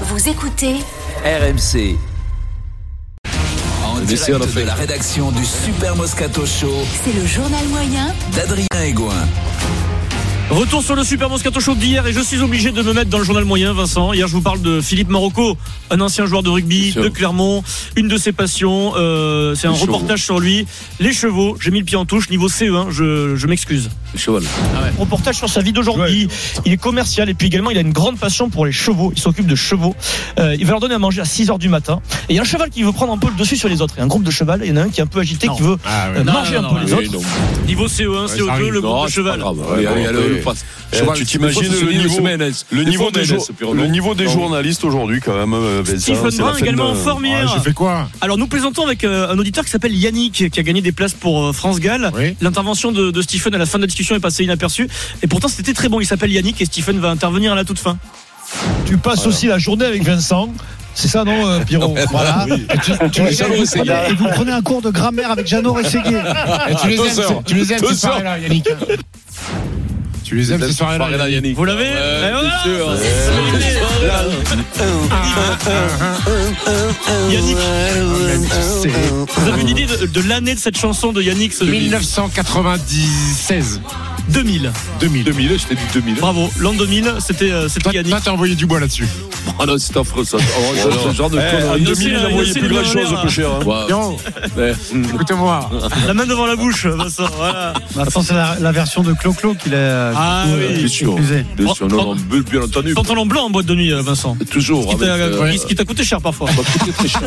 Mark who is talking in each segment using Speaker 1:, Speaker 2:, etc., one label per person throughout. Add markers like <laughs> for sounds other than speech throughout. Speaker 1: Vous écoutez
Speaker 2: RMC. En
Speaker 3: Bien sûr,
Speaker 2: direct
Speaker 3: on a
Speaker 2: de
Speaker 3: fait.
Speaker 2: la rédaction du Super Moscato Show
Speaker 1: C'est le journal moyen
Speaker 2: d'Adrien Egoin.
Speaker 4: Retour sur le Super Moscato Show d'hier et je suis obligé de me mettre dans le journal moyen, Vincent. Hier, je vous parle de Philippe Marocco, un ancien joueur de rugby
Speaker 3: sûr.
Speaker 4: de Clermont, une de ses passions. euh, c'est un
Speaker 3: Les
Speaker 4: reportage sur lui. Les chevaux, j'ai mis le pied en touche, niveau CE1, je, je m'excuse.
Speaker 3: Cheval.
Speaker 4: Reportage sur sa vie d'aujourd'hui. Il est commercial et puis également, il a une grande passion pour les chevaux. Il s'occupe de chevaux. Euh, il va leur donner à manger à 6 h du matin. Et il y a un cheval qui veut prendre un peu le dessus sur les autres. Il y a un groupe de cheval, il y en a un qui est un peu agité, qui veut euh, manger un peu les autres. Niveau E CE1,
Speaker 5: ça arrive.
Speaker 4: CE2, le groupe de cheval.
Speaker 3: Ouais, allez, allez, allez, passe. Cheval,
Speaker 5: tu
Speaker 3: des fois,
Speaker 5: t'imagines
Speaker 3: se
Speaker 5: le
Speaker 3: souvient de ce
Speaker 5: niveau,
Speaker 3: Ménez.
Speaker 5: le
Speaker 3: Des
Speaker 5: niveau
Speaker 3: fois,
Speaker 5: des,
Speaker 3: Ménez,
Speaker 5: jo-
Speaker 3: c'est pire
Speaker 5: le
Speaker 3: long.
Speaker 5: niveau des
Speaker 3: Non.
Speaker 5: journalistes aujourd'hui quand même. euh, Vincent,
Speaker 4: Stephen
Speaker 5: c'est la
Speaker 4: Brun
Speaker 5: fête
Speaker 4: également
Speaker 5: de-
Speaker 4: en forme
Speaker 5: Ouais,
Speaker 4: hier.
Speaker 6: Ah,
Speaker 5: Ah, j'ai fait-
Speaker 6: quoi
Speaker 4: Alors nous plaisantons avec euh, un auditeur qui s'appelle Yannick qui a gagné des places pour euh, France Galles.
Speaker 6: Oui.
Speaker 4: L'intervention de, de Stephen à la fin de la discussion est passée inaperçue et pourtant c'était très bon. Il s'appelle Yannick et Stephen va intervenir à la toute fin.
Speaker 6: Tu passes aussi la journée avec Vincent. C'est ça, non, euh,
Speaker 4: <laughs>
Speaker 6: Pierrot Voilà. Et tu, tu les aimes, vous prenez- et vous prenez un cours de grammaire avec Jeannot <laughs> Ah, Rességuier. Tu les aimes, ces- tu les aimes
Speaker 3: Deux
Speaker 6: ces
Speaker 3: sœurs.
Speaker 6: soirées-là, <laughs> Yannick. hein. Tu les aimes ces soirées-là. Yannick.
Speaker 3: Yannick.
Speaker 4: Vous l'avez Eh voilà, c'est terminé.
Speaker 6: Ah,
Speaker 4: Yannick,
Speaker 6: Même, tu sais.
Speaker 4: vous avez une idée de, de l'année de cette chanson de Yannick ce
Speaker 6: 1996.
Speaker 4: 2000.
Speaker 6: 2000.
Speaker 3: 2000, je t'ai dit 2000.
Speaker 4: Bravo, l'an 2000, c'était euh, c'était
Speaker 6: Toi,
Speaker 4: Yannick.
Speaker 6: toi, t'as envoyé du bois là-dessus.
Speaker 3: Ah non, c'est affreux ça. Oh, ce genre de
Speaker 4: un
Speaker 6: Ah,
Speaker 3: conneries.
Speaker 4: dossier, un dossier euh, de millionnaire, hein.
Speaker 3: cher. hein.
Speaker 6: Pierrot,
Speaker 3: Ouais.
Speaker 6: écoutez-moi.
Speaker 4: La main devant la bouche, Vincent. Voilà.
Speaker 7: Maintenant, c'est la, la version de Clo-Clo qu'il a.
Speaker 4: Ah oui.
Speaker 3: Bien sûr.
Speaker 7: Excusez.
Speaker 3: Bien sûr, non, non, bien bien entendu.
Speaker 4: Pantalon blanc en boîte de nuit, euh, Vincent. Ce
Speaker 3: Toujours.
Speaker 4: qui
Speaker 3: avec,
Speaker 4: t'a-
Speaker 3: euh,
Speaker 4: ce qui t'a coûté cher parfois.
Speaker 3: ça coûtait très cher.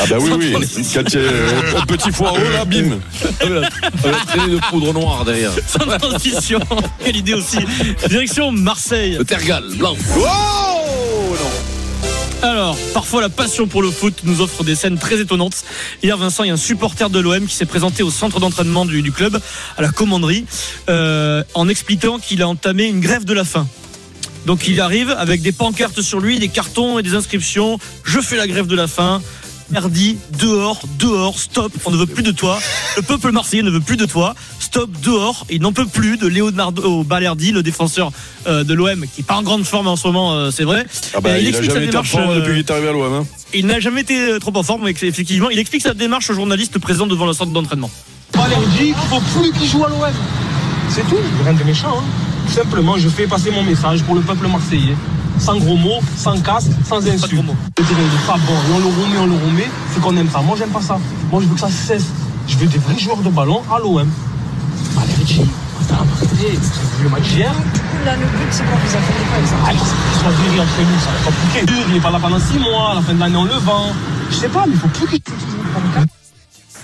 Speaker 5: Ah bah oui, oui. Quand il y a, euh, un petit foie en haut, là, bim.
Speaker 3: Avec la traînée de poudre noire derrière.
Speaker 4: <laughs> Sans transition. Quelle idée aussi. Direction Marseille.
Speaker 3: Le tergal, blanc.
Speaker 4: Alors, parfois la passion pour le foot nous offre des scènes très étonnantes. Hier, Vincent, il y a un supporter de l'OM qui s'est présenté au centre d'entraînement du, du club, à la commanderie, euh, en expliquant qu'il a entamé une grève de la faim. Donc il arrive avec des pancartes sur lui, des cartons et des inscriptions. Je fais la grève de la faim. Merdi, dehors, dehors, stop, on ne veut plus de toi. Le peuple marseillais ne veut plus de toi. Stop, dehors, il n'en peut plus de Leonardo Balerdi, le défenseur euh, de l'OM, qui n'est pas en grande forme en ce moment, euh, c'est vrai.
Speaker 5: Ah bah,
Speaker 4: Et
Speaker 5: il, a
Speaker 4: explique sa
Speaker 5: jamais été en
Speaker 4: démarche,
Speaker 5: forme
Speaker 4: euh,
Speaker 5: depuis qu'il est arrivé à l'OM. hein.
Speaker 4: il n'a jamais été euh, trop en forme, mais effectivement, il explique sa démarche au journaliste présent devant le centre d'entraînement.
Speaker 8: Balerdi, il faut plus qu'il joue à l'OM. C'est tout, rien de méchant. hein. Tout Simplement, je fais passer mon message pour le peuple marseillais. Sans gros mots, sans casque, sans insultes.
Speaker 4: gros mots.
Speaker 8: Le terrain n'est pas bon, et on le remet, on le remet. C'est qu'on aime ça. Moi, j'aime pas ça. Moi, je veux que ça cesse. Je veux des vrais joueurs de ballon à Bah, l'OM. Balerdi, attends, arrêtez. J'ai vu le match hier.
Speaker 9: Là, le but, c'est qu'on vous attendez pas, ils
Speaker 8: Ah, qu'il soit viré entre nous, ça va être compliqué. Il n'est pas là pendant six mois, à la fin de l'année, on le vend. Je sais pas, mais il faut plus qu'il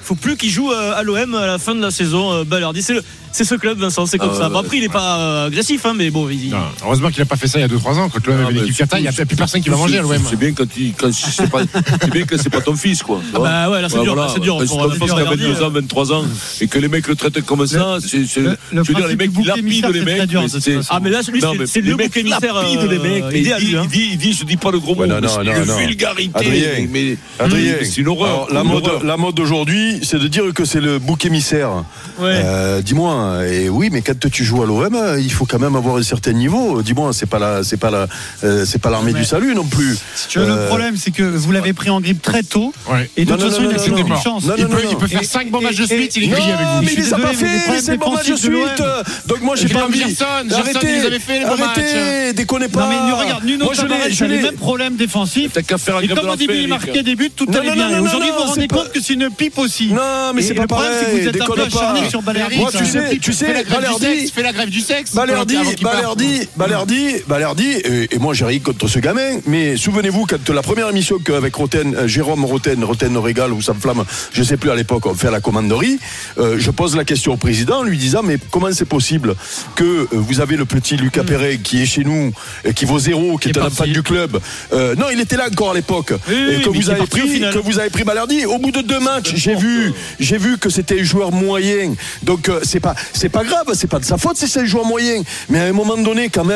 Speaker 4: Faut plus qu'il joue euh, à l'OM à la fin de la saison. euh, Balerdi, c'est le- c'est ce club, Vincent, c'est comme
Speaker 3: Ah,
Speaker 4: ça. Bon,
Speaker 3: ouais,
Speaker 4: après, il n'est pas euh, agressif, hein, mais bon, il-
Speaker 6: Non, heureusement qu'il a pas fait ça il y a 2-3 ans. Quand l'OM
Speaker 3: Ah,
Speaker 6: avait
Speaker 3: mais
Speaker 6: l'équipe Qatar, il n'y a plus personne qui va manger à l'OM.
Speaker 3: C'est bien quand, il- quand c'est pas, c'est bien quand c'est pas ton fils, quoi. tu
Speaker 4: Ah
Speaker 3: vois.
Speaker 4: bah ouais, là, c'est
Speaker 3: Ouais,
Speaker 4: dur,
Speaker 3: voilà.
Speaker 4: c'est dur.
Speaker 3: Parce
Speaker 4: pour,
Speaker 3: que
Speaker 4: euh,
Speaker 3: je pense
Speaker 4: pour
Speaker 3: qu'à
Speaker 4: Balerdi,
Speaker 3: 22
Speaker 4: euh,
Speaker 3: ans, 23 ans, et que les mecs le traitent comme ça, c'est, c'est,
Speaker 7: le- le
Speaker 3: je veux dire, les
Speaker 7: principe
Speaker 3: mecs,
Speaker 7: du
Speaker 3: ils
Speaker 7: bouc
Speaker 3: lapident
Speaker 7: émissaire,
Speaker 3: les
Speaker 7: c'est
Speaker 3: mecs.
Speaker 7: très dur,
Speaker 3: mais
Speaker 7: de toute
Speaker 3: c'est-
Speaker 7: façon.
Speaker 4: Ah, mais là, lui,
Speaker 3: Non,
Speaker 4: c'est-
Speaker 3: mais
Speaker 4: c'est
Speaker 3: les
Speaker 4: le
Speaker 3: mecs
Speaker 4: bouc émissaire.
Speaker 3: lapident les
Speaker 4: euh,
Speaker 3: mecs, mais il
Speaker 4: idéal,
Speaker 3: dit,
Speaker 4: lui, hein.
Speaker 3: il dit, il dit, je dis pas le gros mot,
Speaker 5: Ouais, non,
Speaker 3: mais
Speaker 5: non,
Speaker 3: c'est
Speaker 5: non,
Speaker 3: une
Speaker 5: non.
Speaker 3: vulgarité.
Speaker 5: Adrien.
Speaker 3: mais-
Speaker 5: Adrien.
Speaker 3: c'est une horreur.
Speaker 5: Alors, la,
Speaker 3: Une
Speaker 5: mode,
Speaker 3: horreur.
Speaker 5: la mode aujourd'hui, c'est de dire que c'est le bouc émissaire.
Speaker 4: Ouais.
Speaker 5: Euh, dis-moi, et oui, mais quand tu joues à l'OM, euh, il faut quand même avoir un certain niveau. Euh, Dis-moi, c'est pas la, c'est pas la, euh, c'est pas l'armée du salut non plus.
Speaker 7: Tu vois,
Speaker 5: Euh,
Speaker 7: le problème, c'est que vous l'avez pris en grippe très tôt.
Speaker 6: Ouais.
Speaker 7: Et de
Speaker 5: Non,
Speaker 7: toute
Speaker 5: non,
Speaker 7: façon,
Speaker 5: non,
Speaker 7: il a
Speaker 5: non,
Speaker 7: plus
Speaker 5: non.
Speaker 7: aucune
Speaker 5: Non,
Speaker 7: chance.
Speaker 5: non,
Speaker 6: Il
Speaker 5: non,
Speaker 6: peut,
Speaker 5: non.
Speaker 6: il peut faire 5 bons matchs de suite, il est
Speaker 5: Non,
Speaker 6: grillé avec vous.
Speaker 5: mais
Speaker 7: Je
Speaker 5: il
Speaker 7: suis
Speaker 5: les a
Speaker 7: désolé,
Speaker 5: pas
Speaker 7: mais les
Speaker 5: fait,
Speaker 7: problèmes
Speaker 5: c'est bon match de
Speaker 7: défensifs de
Speaker 5: suite.
Speaker 7: l'OM.
Speaker 5: Euh, Donc moi j'ai
Speaker 6: Et
Speaker 5: pas
Speaker 6: comme
Speaker 5: envie.
Speaker 6: Gerson, Gerson, il les avait fait, les bons
Speaker 5: arrêtez, déconnez pas.
Speaker 7: hein. Non, mais il regarde, Nuno
Speaker 3: Moi, je l'ai-
Speaker 7: Tavares
Speaker 3: je
Speaker 7: a
Speaker 3: l'ai.
Speaker 7: les mêmes problèmes défensifs.
Speaker 3: T'as qu'à faire la
Speaker 7: Et
Speaker 3: grève de
Speaker 7: comme
Speaker 3: la
Speaker 7: au début,
Speaker 3: faim,
Speaker 7: il
Speaker 3: les
Speaker 7: marquait des buts, tout
Speaker 5: Non,
Speaker 7: allait
Speaker 5: non,
Speaker 7: bien.
Speaker 5: non,
Speaker 7: Et
Speaker 5: non,
Speaker 7: aujourd'hui,
Speaker 5: non,
Speaker 7: vous vous rendez
Speaker 5: c'est pas-
Speaker 7: compte que c'est une pipe aussi.
Speaker 5: Non, mais
Speaker 7: Et
Speaker 5: c'est
Speaker 7: le
Speaker 5: pas
Speaker 7: problème, c'est que
Speaker 5: pareil.
Speaker 7: vous êtes un peu
Speaker 5: Déconne pas.
Speaker 7: acharné sur Balerdi.
Speaker 5: Moi,
Speaker 7: quand
Speaker 5: tu
Speaker 7: même.
Speaker 5: sais, tu
Speaker 6: Fais la grève
Speaker 5: sais,
Speaker 6: du sexe,
Speaker 5: Balerdi,
Speaker 6: fais la grève du sexe. avant
Speaker 5: Balerdi,
Speaker 6: qu'il parte.
Speaker 5: Balerdi, Balerdi, Balerdi, et, et moi j'ai ri contre ce gamin, mais souvenez-vous, quand la première émission qu'avec Roten, euh, Jérôme Roten, Roten Régal ou Flamme, je sais plus à l'époque, on fait à la commanderie, euh, je pose la question au président en lui disant, mais comment c'est possible que euh, vous avez le petit Lucas Perret qui est chez nous, et qui vaut zéro, qui
Speaker 4: Hmm. Qui est
Speaker 5: est un
Speaker 4: parti.
Speaker 5: enfant du club, euh, non, il était là encore à l'époque,
Speaker 4: Oui, oui,
Speaker 5: et
Speaker 4: oui,
Speaker 5: que
Speaker 4: mais il
Speaker 5: vous
Speaker 4: est
Speaker 5: avez
Speaker 4: parti au
Speaker 5: pris,
Speaker 4: final.
Speaker 5: que vous avez pris Balerdi, au bout de deux matchs, j'ai vu, j'ai vu que c'était un joueur moyen, donc euh, c'est pas, c'est pas grave, c'est pas de sa faute si c'est un joueur moyen, mais à un moment donné quand même,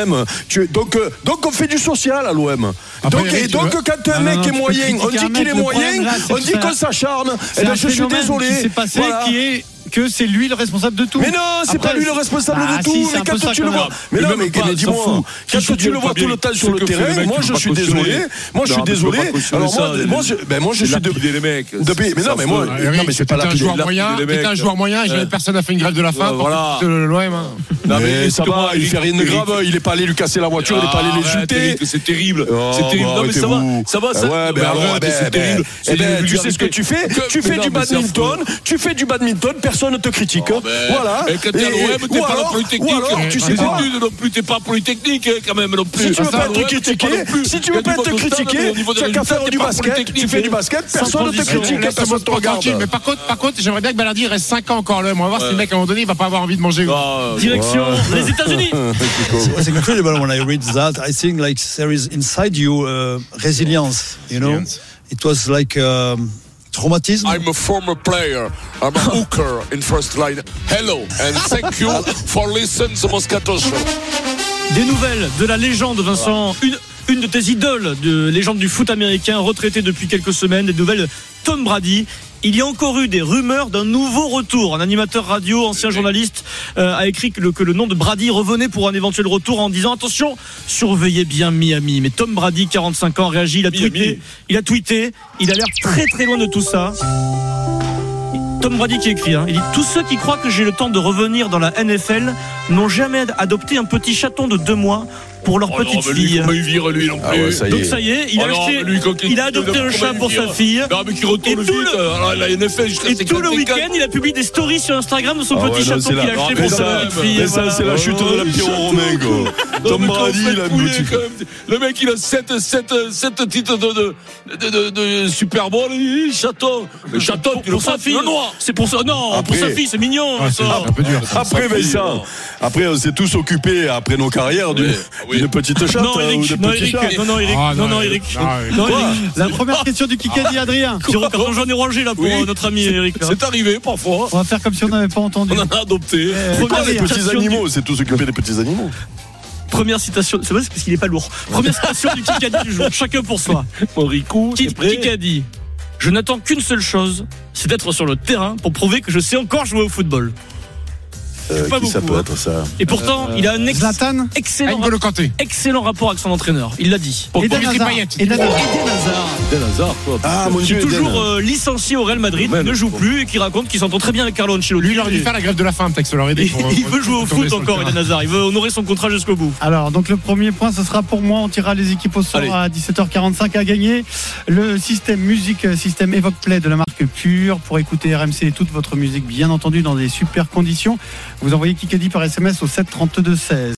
Speaker 5: tu, donc, euh, donc on fait du social à l'OM.
Speaker 6: Après,
Speaker 5: Donc,
Speaker 6: Eric,
Speaker 5: et
Speaker 6: tu
Speaker 5: donc
Speaker 6: vois-
Speaker 5: quand un
Speaker 7: Non,
Speaker 5: mec
Speaker 7: non,
Speaker 5: est
Speaker 7: tu peux
Speaker 5: moyen, on
Speaker 7: critiquer un
Speaker 5: dit
Speaker 7: mec,
Speaker 5: qu'il est
Speaker 7: le problème,
Speaker 5: moyen,
Speaker 7: là, c'est
Speaker 5: on
Speaker 7: que
Speaker 5: dit
Speaker 7: ça-
Speaker 5: qu'on s'acharne,
Speaker 7: C'est
Speaker 5: eh ben,
Speaker 7: un
Speaker 5: je suis
Speaker 7: phénomène
Speaker 5: désolé.
Speaker 7: qui s'est passé
Speaker 5: Voilà.
Speaker 7: qui est que c'est lui le responsable de tout.
Speaker 5: Mais non, c'est
Speaker 7: Après,
Speaker 5: pas lui le responsable
Speaker 7: bah,
Speaker 5: de tout.
Speaker 7: si, c'est
Speaker 5: mais
Speaker 7: un peu
Speaker 5: quand
Speaker 7: ça
Speaker 5: tu le
Speaker 7: qu'on
Speaker 5: vois,
Speaker 7: a.
Speaker 5: mais
Speaker 3: Mais
Speaker 5: non,
Speaker 3: même
Speaker 5: mais
Speaker 3: pas,
Speaker 5: Kennedy,
Speaker 3: s'en
Speaker 5: dis-moi,
Speaker 3: fout.
Speaker 5: quand
Speaker 3: S'il
Speaker 5: tu le vois
Speaker 3: pas
Speaker 5: tout
Speaker 3: bien,
Speaker 5: le temps
Speaker 3: ce
Speaker 5: sur le
Speaker 3: que fait le
Speaker 5: terrain,
Speaker 3: mec,
Speaker 5: moi
Speaker 3: tu
Speaker 5: je
Speaker 3: peux
Speaker 5: suis
Speaker 3: pas cautionner.
Speaker 5: désolé. Moi je
Speaker 3: Non,
Speaker 5: suis
Speaker 3: mais tu peux
Speaker 5: désolé.
Speaker 3: pas cautionner
Speaker 5: Alors moi,
Speaker 3: ça,
Speaker 5: moi,
Speaker 3: les-
Speaker 5: je- ben, moi je suis de-
Speaker 3: lapider les mecs.
Speaker 5: depuis. Mais non, mais moi,
Speaker 3: affreux.
Speaker 5: non, mais c'est pas la
Speaker 10: un joueur
Speaker 3: la-
Speaker 10: moyen,
Speaker 3: les
Speaker 10: t'es
Speaker 3: mecs.
Speaker 10: un joueur moyen et
Speaker 3: Ouais.
Speaker 10: jamais personne n'a fait une grève de la faim pour
Speaker 3: Voilà.
Speaker 10: foutre le- l'OM. hein.
Speaker 5: Non,
Speaker 3: mais
Speaker 5: mais ça
Speaker 3: écoute-moi,
Speaker 5: va, il
Speaker 3: Eric-
Speaker 5: fait rien de
Speaker 3: Eric-
Speaker 5: grave, il est pas allé lui casser la voiture, il est pas allé
Speaker 3: Ah, Arrête,
Speaker 5: l'insulter.
Speaker 3: Eric, C'est terrible.
Speaker 5: Oh,
Speaker 3: c'est terrible.
Speaker 5: bah,
Speaker 3: non, mais ça va.
Speaker 5: arrêtez-vous.
Speaker 3: Ça va.
Speaker 5: Bah
Speaker 3: Ça...
Speaker 5: ouais, ben,
Speaker 3: mais
Speaker 5: alors,
Speaker 3: arrête,
Speaker 5: ben,
Speaker 3: c'est
Speaker 5: ben,
Speaker 3: terrible.
Speaker 5: eh
Speaker 3: C'est
Speaker 5: ben,
Speaker 3: des
Speaker 5: tu sais ce que
Speaker 3: vulgarités.
Speaker 5: tu fais Tu
Speaker 3: mais
Speaker 5: fais
Speaker 3: non,
Speaker 5: du
Speaker 3: mais c'est
Speaker 5: badminton, tu fais du badminton, personne ne te critique.
Speaker 3: Ah ben,
Speaker 5: Voilà.
Speaker 3: Et quand t'es à
Speaker 5: Et-
Speaker 3: l'OM, t'es
Speaker 5: ou
Speaker 3: pas non
Speaker 5: alors-
Speaker 3: plus technique.
Speaker 5: Ou alors, tu sais
Speaker 3: Tes
Speaker 5: quoi
Speaker 3: études non plus, t'es pas polytechnique hein, quand même non plus.
Speaker 5: si Ah, tu veux
Speaker 3: Ça,
Speaker 5: pas
Speaker 3: à
Speaker 5: être
Speaker 3: l'OM, t'es
Speaker 5: critiqué,
Speaker 3: non plus.
Speaker 5: si tu
Speaker 3: Il y
Speaker 5: veux
Speaker 3: a
Speaker 5: pas
Speaker 3: du
Speaker 5: être
Speaker 3: bon constat, mais
Speaker 5: critiqué,
Speaker 3: au niveau des
Speaker 5: tu as qu'à
Speaker 3: résultats,
Speaker 5: faire
Speaker 3: t'es
Speaker 5: du
Speaker 3: pas
Speaker 5: basket,
Speaker 3: polytechnique,
Speaker 5: tu fais du
Speaker 3: hein.
Speaker 5: basket, personne ne te
Speaker 10: Laisse-moi
Speaker 5: critique, personne ne te regarde.
Speaker 10: tranquille. Mais par contre, par contre, j'aimerais bien que Balardi reste 5 ans encore à l'OM. On va voir si le mec à un moment donné il va pas avoir envie de manger.
Speaker 3: Ah,
Speaker 4: Direction les États-Unis. <laughs>
Speaker 6: It's incredible when I read that. I think like there is inside you uh, resilience. You know, it was like um, traumatism.
Speaker 11: I'm a former player. I'm a hooker in first line. Hello <laughs> and thank you
Speaker 5: Ah.
Speaker 11: for listening to Moscato Show.
Speaker 4: Des nouvelles de la légende, Vincent. Une, une de tes idoles de légende du foot américain, retraité depuis quelques semaines. Des nouvelles Tom Brady. Il y a encore eu des rumeurs d'un nouveau retour. Un animateur radio, ancien journaliste, euh, a écrit que le, que le nom de Brady revenait pour un éventuel retour en disant attention, surveillez bien Miami. Mais Tom Brady, 45 ans, réagit. Il a tweeté. Il a tweeté. Il a l'air très très loin de tout ça. Tom Brady qui écrit, hein, il dit Tous ceux qui croient que j'ai le temps de revenir dans la NFL n'ont jamais ad- adopté un petit chaton de deux mois pour leur
Speaker 3: Oh non,
Speaker 4: petite
Speaker 3: mais lui,
Speaker 4: fille.
Speaker 3: faut pas lui virer lui non
Speaker 5: Ah ouais,
Speaker 3: plus.
Speaker 5: ça y
Speaker 4: Donc
Speaker 5: est.
Speaker 4: ça y est, il a,
Speaker 3: Oh non,
Speaker 4: acheté-
Speaker 3: lui, coquille,
Speaker 4: il a adopté
Speaker 3: faut
Speaker 4: un
Speaker 3: pas
Speaker 4: chat
Speaker 3: lui
Speaker 4: pour sa
Speaker 3: virer.
Speaker 4: fille.
Speaker 3: Non, mais qui retourne
Speaker 4: Et tout
Speaker 3: vite.
Speaker 4: le-
Speaker 3: Alors, la NFL, jusqu'à
Speaker 4: Et tout le week-end, il a publié des stories sur Instagram de son
Speaker 5: Ah ouais,
Speaker 4: petit
Speaker 5: non,
Speaker 4: chaton
Speaker 5: c'est
Speaker 4: qu'il a
Speaker 5: la-
Speaker 4: acheté
Speaker 5: mais
Speaker 4: pour
Speaker 5: ça,
Speaker 4: sa petite fille.
Speaker 5: mais ça,
Speaker 4: voilà.
Speaker 5: c'est
Speaker 3: Ah
Speaker 5: la chute de la Pierre Romain, quoi. Tom Brady, il a
Speaker 3: bouillé
Speaker 5: bouti.
Speaker 3: quand même. Le mec, il a 7, 7, 7 titres de, de, de, de- de Super Bowl. Il- Chaton. Le chaton,
Speaker 4: Pour,
Speaker 3: tu le
Speaker 4: pour sa
Speaker 3: prends, tu
Speaker 4: fille,
Speaker 3: le noies.
Speaker 4: c'est pour ça. Non,
Speaker 5: Après-
Speaker 4: pour sa fille, c'est mignon.
Speaker 6: Ah,
Speaker 10: Ouais,
Speaker 4: ça.
Speaker 10: Ah, c'est un peu dur.
Speaker 5: Après Vincent, après on s'est tous occupés après nos carrières d'une
Speaker 3: Oui, ah oui.
Speaker 5: d'une petite chatte
Speaker 4: Non,
Speaker 5: hein, ou
Speaker 4: Eric,
Speaker 5: de
Speaker 4: non,
Speaker 5: petit
Speaker 4: Eric,
Speaker 5: chat.
Speaker 4: non, non, Eric,
Speaker 10: Ah,
Speaker 4: non,
Speaker 10: non,
Speaker 4: non, Eric,
Speaker 10: Eric. Ah, oui.
Speaker 4: non, Eric.
Speaker 7: La première question du Kikadi, Adrien.
Speaker 4: Tu regardes j'en ai rangé là pour
Speaker 3: Ah, Oui.
Speaker 4: euh, notre ami Eric. là.
Speaker 3: C'est arrivé parfois.
Speaker 7: On va faire comme si on n'avait pas entendu.
Speaker 3: On en a adopté.
Speaker 5: C'est quoi
Speaker 4: Première
Speaker 5: les petits
Speaker 4: citation du-
Speaker 5: animaux C'est tous occupés des petits animaux.
Speaker 4: Première citation, c'est vrai c'est parce qu'il est pas lourd. Première citation du Kikadi
Speaker 7: <laughs>
Speaker 4: du jour, chacun pour soi.
Speaker 3: Moricou,
Speaker 4: Kit- Kikadi, je n'attends qu'une seule chose, c'est d'être sur le terrain pour prouver que je sais encore jouer au football.
Speaker 5: Euh,
Speaker 4: pas
Speaker 5: qui ça
Speaker 4: beaucoup,
Speaker 5: peut
Speaker 4: hein.
Speaker 5: être ça
Speaker 4: Et pourtant, il a un ex-
Speaker 7: Euh, Zlatan
Speaker 4: excellent,
Speaker 10: N'Golo Kanté.
Speaker 4: excellent rapport avec son entraîneur, il l'a dit.
Speaker 7: et
Speaker 10: Dimitri
Speaker 7: Nazar.
Speaker 10: Payet.
Speaker 7: Et Nazar.
Speaker 3: Eden Hazard, quoi.
Speaker 5: Ah mon
Speaker 4: Qui
Speaker 5: dieu,
Speaker 4: est
Speaker 5: Eden.
Speaker 4: toujours euh, licencié au Real Madrid,
Speaker 3: Romaine,
Speaker 4: ne joue
Speaker 3: quoi.
Speaker 4: plus et qui raconte qu'il s'entend très bien avec Carlo Ancelotti.
Speaker 10: Lui, il aurait dû faire la grève de la faim, peut-être que ça leur aider.
Speaker 4: Il- il veut jouer au foot encore, Eden Hazard. Il veut honorer son contrat jusqu'au bout.
Speaker 7: Alors, donc le premier point, ce sera pour moi. On tirera les équipes au sort
Speaker 3: Allez.
Speaker 7: à 17h45 à gagner. Le système musique, euh, système Evoque Play de la marque Pure pour écouter RMC et toute votre musique, bien entendu, dans des super conditions. Vous envoyez Kikadi par SMS au 732 16.